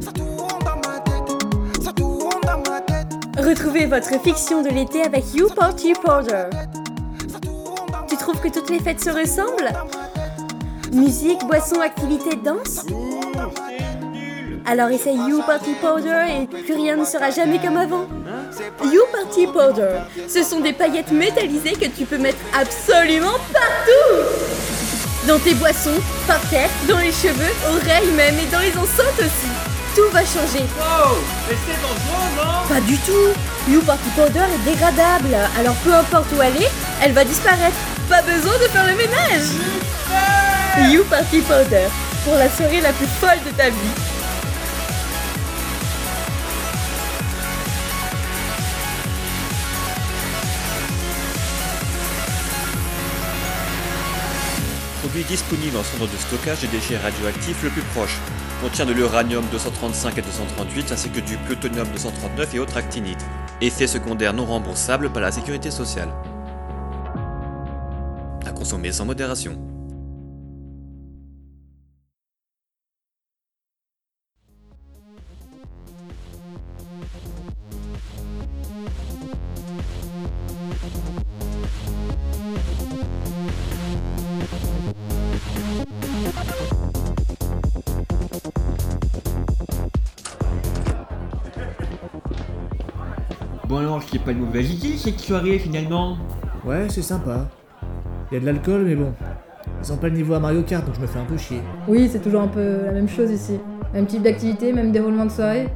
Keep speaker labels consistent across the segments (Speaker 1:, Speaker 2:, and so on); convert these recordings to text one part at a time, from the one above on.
Speaker 1: ça tourne dans ma tête, ça tourne dans ma tête,
Speaker 2: Retrouvez votre fiction de l'été avec You Party Powder.
Speaker 1: ça tourne dans
Speaker 2: Tu trouves que toutes les fêtes se ressemblent
Speaker 1: ma tête,
Speaker 2: Musique, boissons, activités, danse Alors essaye You Party Powder et plus rien ne sera jamais comme avant. You Party Powder, ce sont des paillettes métallisées que tu peux mettre absolument partout Dans tes boissons, par terre, dans les cheveux, oreilles même et dans les enceintes aussi. Tout va changer.
Speaker 3: Wow Mais c'est dangereux, non
Speaker 2: Pas du tout You Party Powder est dégradable, alors peu importe où elle est, elle va disparaître. Pas besoin de faire le ménage You Party Powder, pour la soirée la plus folle de ta vie.
Speaker 4: Produit disponible en centre de stockage des déchets radioactifs le plus proche. Contient de l'uranium 235 et 238 ainsi que du plutonium 239 et autres actinides. Effets secondaires non remboursables par la sécurité sociale. À consommer sans modération.
Speaker 3: Bon alors, c'est pas une mauvaise idée cette soirée finalement
Speaker 5: Ouais, c'est sympa. Y a de l'alcool, mais bon. Ils ont pas le niveau à Mario Kart, donc je me fais un peu chier.
Speaker 6: Oui, c'est toujours un peu la même chose ici. Même type d'activité, même déroulement de soirée.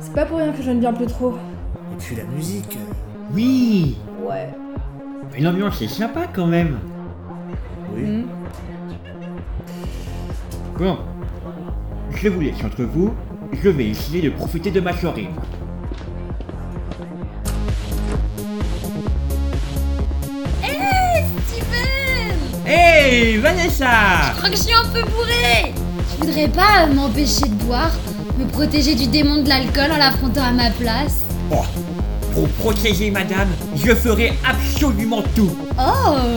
Speaker 6: C'est pas pour rien que je ne viens plus trop.
Speaker 5: Et puis la musique. euh,
Speaker 3: Oui
Speaker 6: Ouais.
Speaker 3: Mais l'ambiance est sympa quand même
Speaker 5: Oui.
Speaker 6: Hmm.
Speaker 3: Bon, je vous laisse entre vous, je vais essayer de profiter de ma soirée.
Speaker 7: Steven
Speaker 3: Hey Vanessa
Speaker 7: Je crois que je suis un peu bourré Je voudrais pas euh, m'empêcher de boire, me protéger du démon de l'alcool en l'affrontant à ma place.
Speaker 3: Oh, Pour protéger madame, je ferai absolument tout
Speaker 7: Oh,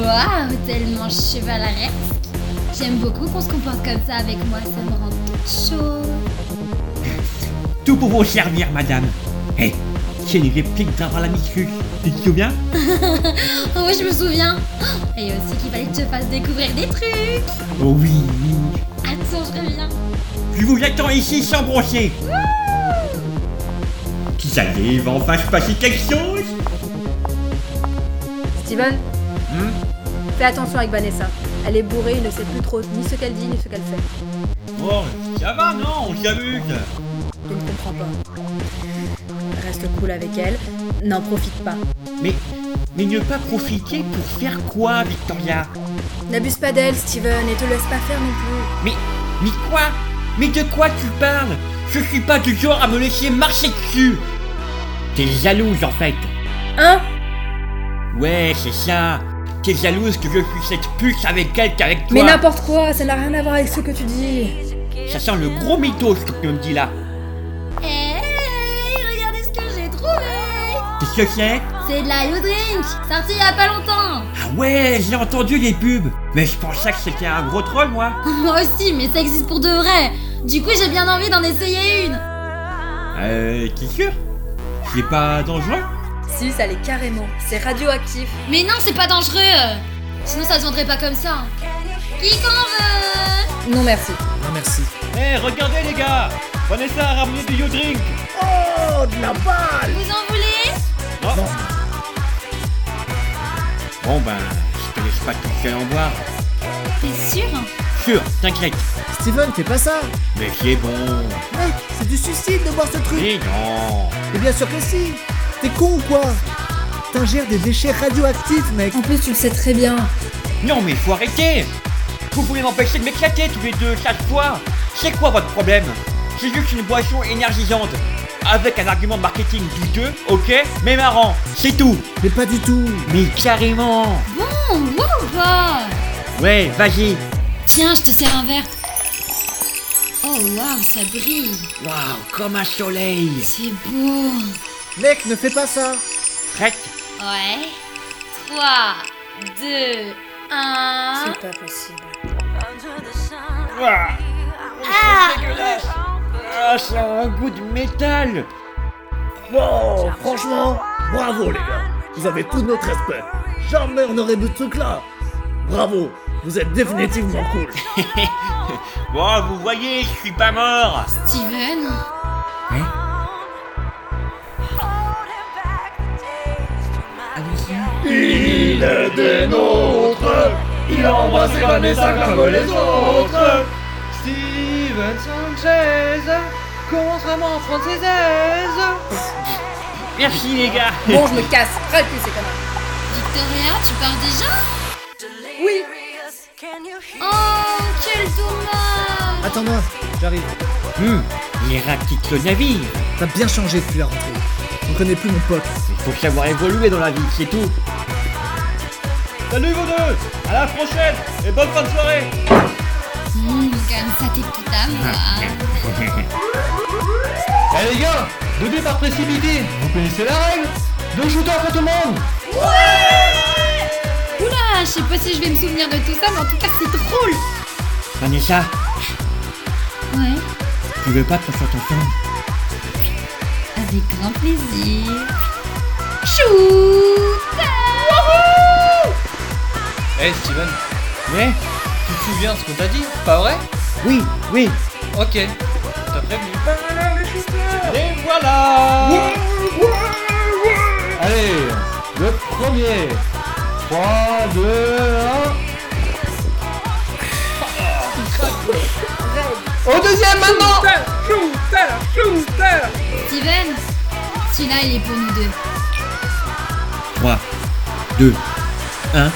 Speaker 7: waouh, tellement chevaleresque J'aime beaucoup qu'on se comporte comme ça avec moi, ça me rend toute chaude.
Speaker 3: Tout pour vous servir madame Hé, c'est une réplique d'avoir la micrus, tu te souviens
Speaker 7: Oh, oui, je me souviens Et aussi qu'il fallait que je fasse découvrir des trucs
Speaker 3: Oh oui
Speaker 7: Attends, je reviens
Speaker 3: Je vous attends ici sans brosser Qu'ils arrivent, enfin se passer quelque chose
Speaker 2: Steven,
Speaker 3: Hmm
Speaker 2: fais attention avec Vanessa. Elle est bourrée et ne sait plus trop ni ce qu'elle dit ni ce qu'elle fait.
Speaker 3: Bon, Oh, ça va non, on s'amuse
Speaker 2: Je ne comprends pas. Reste cool avec elle, n'en profite pas.
Speaker 3: Mais, mais ne pas profiter pour faire quoi Victoria
Speaker 2: N'abuse pas d'elle, Steven, et te laisse pas faire non plus.
Speaker 3: Mais, mais quoi Mais de quoi tu parles Je suis pas du genre à me laisser marcher dessus T'es jalouse en fait
Speaker 2: Hein
Speaker 3: Ouais, c'est ça T'es jalouse que je suis cette puce avec elle qu'avec toi
Speaker 6: Mais n'importe quoi, ça n'a rien à voir avec ce que tu dis.
Speaker 3: Ça sent le gros mytho ce que tu me dis là
Speaker 7: Hey, regardez ce que j'ai trouvé
Speaker 3: Qu'est-ce que c'est
Speaker 7: C'est de la You Drink, sorti il y a pas longtemps
Speaker 3: Ah ouais, j'ai entendu les pubs Mais je pensais que c'était un gros troll moi
Speaker 7: Moi aussi, mais ça existe pour de vrai Du coup, j'ai bien envie d'en essayer une
Speaker 3: Euh, t'es sûr C'est pas dangereux
Speaker 2: Si, ça l'est carrément. C'est radioactif.
Speaker 7: Mais non, c'est pas dangereux Sinon, ça se vendrait pas comme ça Qui qu'en veut
Speaker 2: Non, merci.
Speaker 5: Non, Ah, merci.
Speaker 3: Eh, regardez les gars Vanessa a ramené du drink
Speaker 5: Oh, de la balle
Speaker 7: Vous en voulez
Speaker 3: Oh. Bon ben, je te laisse pas tout seul en boire.
Speaker 7: T'es sûr hein
Speaker 3: Sûr, t'inquiète.
Speaker 5: Steven, fais pas ça
Speaker 3: Mais c'est bon.
Speaker 5: Mec, c'est du suicide de boire ce truc
Speaker 3: Mais non
Speaker 5: Et bien sûr que si T'es con ou quoi T'ingères des déchets radioactifs, mec
Speaker 6: En plus, tu le sais très bien.
Speaker 3: Non mais faut arrêter Vous voulez m'empêcher de m'éclater tous les deux chaque fois C'est quoi votre problème C'est juste une boisson énergisante. Avec un argument marketing douteux, ok Mais marrant, c'est tout
Speaker 5: Mais pas du tout
Speaker 3: Mais carrément
Speaker 7: Bon, wow, pas
Speaker 3: Ouais, vas-y
Speaker 7: Tiens, je te sers un verre Oh waouh, ça brille
Speaker 3: Waouh, comme un soleil
Speaker 7: C'est beau
Speaker 5: Mec, ne fais pas ça
Speaker 3: Prête
Speaker 7: Ouais 3, 2,
Speaker 6: Ah.
Speaker 7: 1...
Speaker 2: C'est pas possible.
Speaker 3: Waouh,
Speaker 7: Ah
Speaker 3: dégueulasse Ah,
Speaker 8: ça, ça a un goût de métal
Speaker 5: Wow, franchement, bravo les gars. Vous avez tout notre respect. Jamais on n'aurait bu ce truc-là. Bravo, vous êtes définitivement cool.
Speaker 8: Bon, vous voyez, je suis pas mort
Speaker 7: Steven
Speaker 5: Il est des nôtres. Il a embrassé Vanessa comme les autres.
Speaker 3: Steven Sanchez, contrairement aux françaises.
Speaker 8: Merci les gars
Speaker 2: Bon, je me casse, ras le cul, ces connards.
Speaker 7: Victoria, tu pars déjà
Speaker 2: Oui,
Speaker 7: Oh, quel dommage
Speaker 5: Ah,
Speaker 9: Attends-moi, j'arrive.
Speaker 8: Hum, les rats quittent le navire
Speaker 9: T'as bien changé depuis la rentrée. On connaît plus mon pote.
Speaker 8: Il faut savoir évoluer dans la vie, c'est tout
Speaker 3: Salut vous deux, à la prochaine et bonne fin de soirée.
Speaker 7: Hum, comme ça, hein, t'es tout à moi
Speaker 3: Eh les gars, deux dés par précipité, vous connaissez la règle Deux shooters pour tout le monde
Speaker 7: Oula, je sais pas si je vais me souvenir de tout ça, mais en tout cas, c'est drôle
Speaker 8: Vanessa,
Speaker 7: Ouais,
Speaker 8: tu veux pas qu'on soit ensemble
Speaker 7: avec grand plaisir Shooter
Speaker 3: Eh Steven,
Speaker 8: Mais
Speaker 3: tu te souviens de ce qu'on t'a dit, pas vrai
Speaker 8: Oui, oui
Speaker 3: Ok, t'as prévenu. Et voilà Allez, le premier 3, 2, 1 Au deuxième maintenant
Speaker 7: Steven, celui-là, il est pour nous deux.
Speaker 8: 3, 2, 1,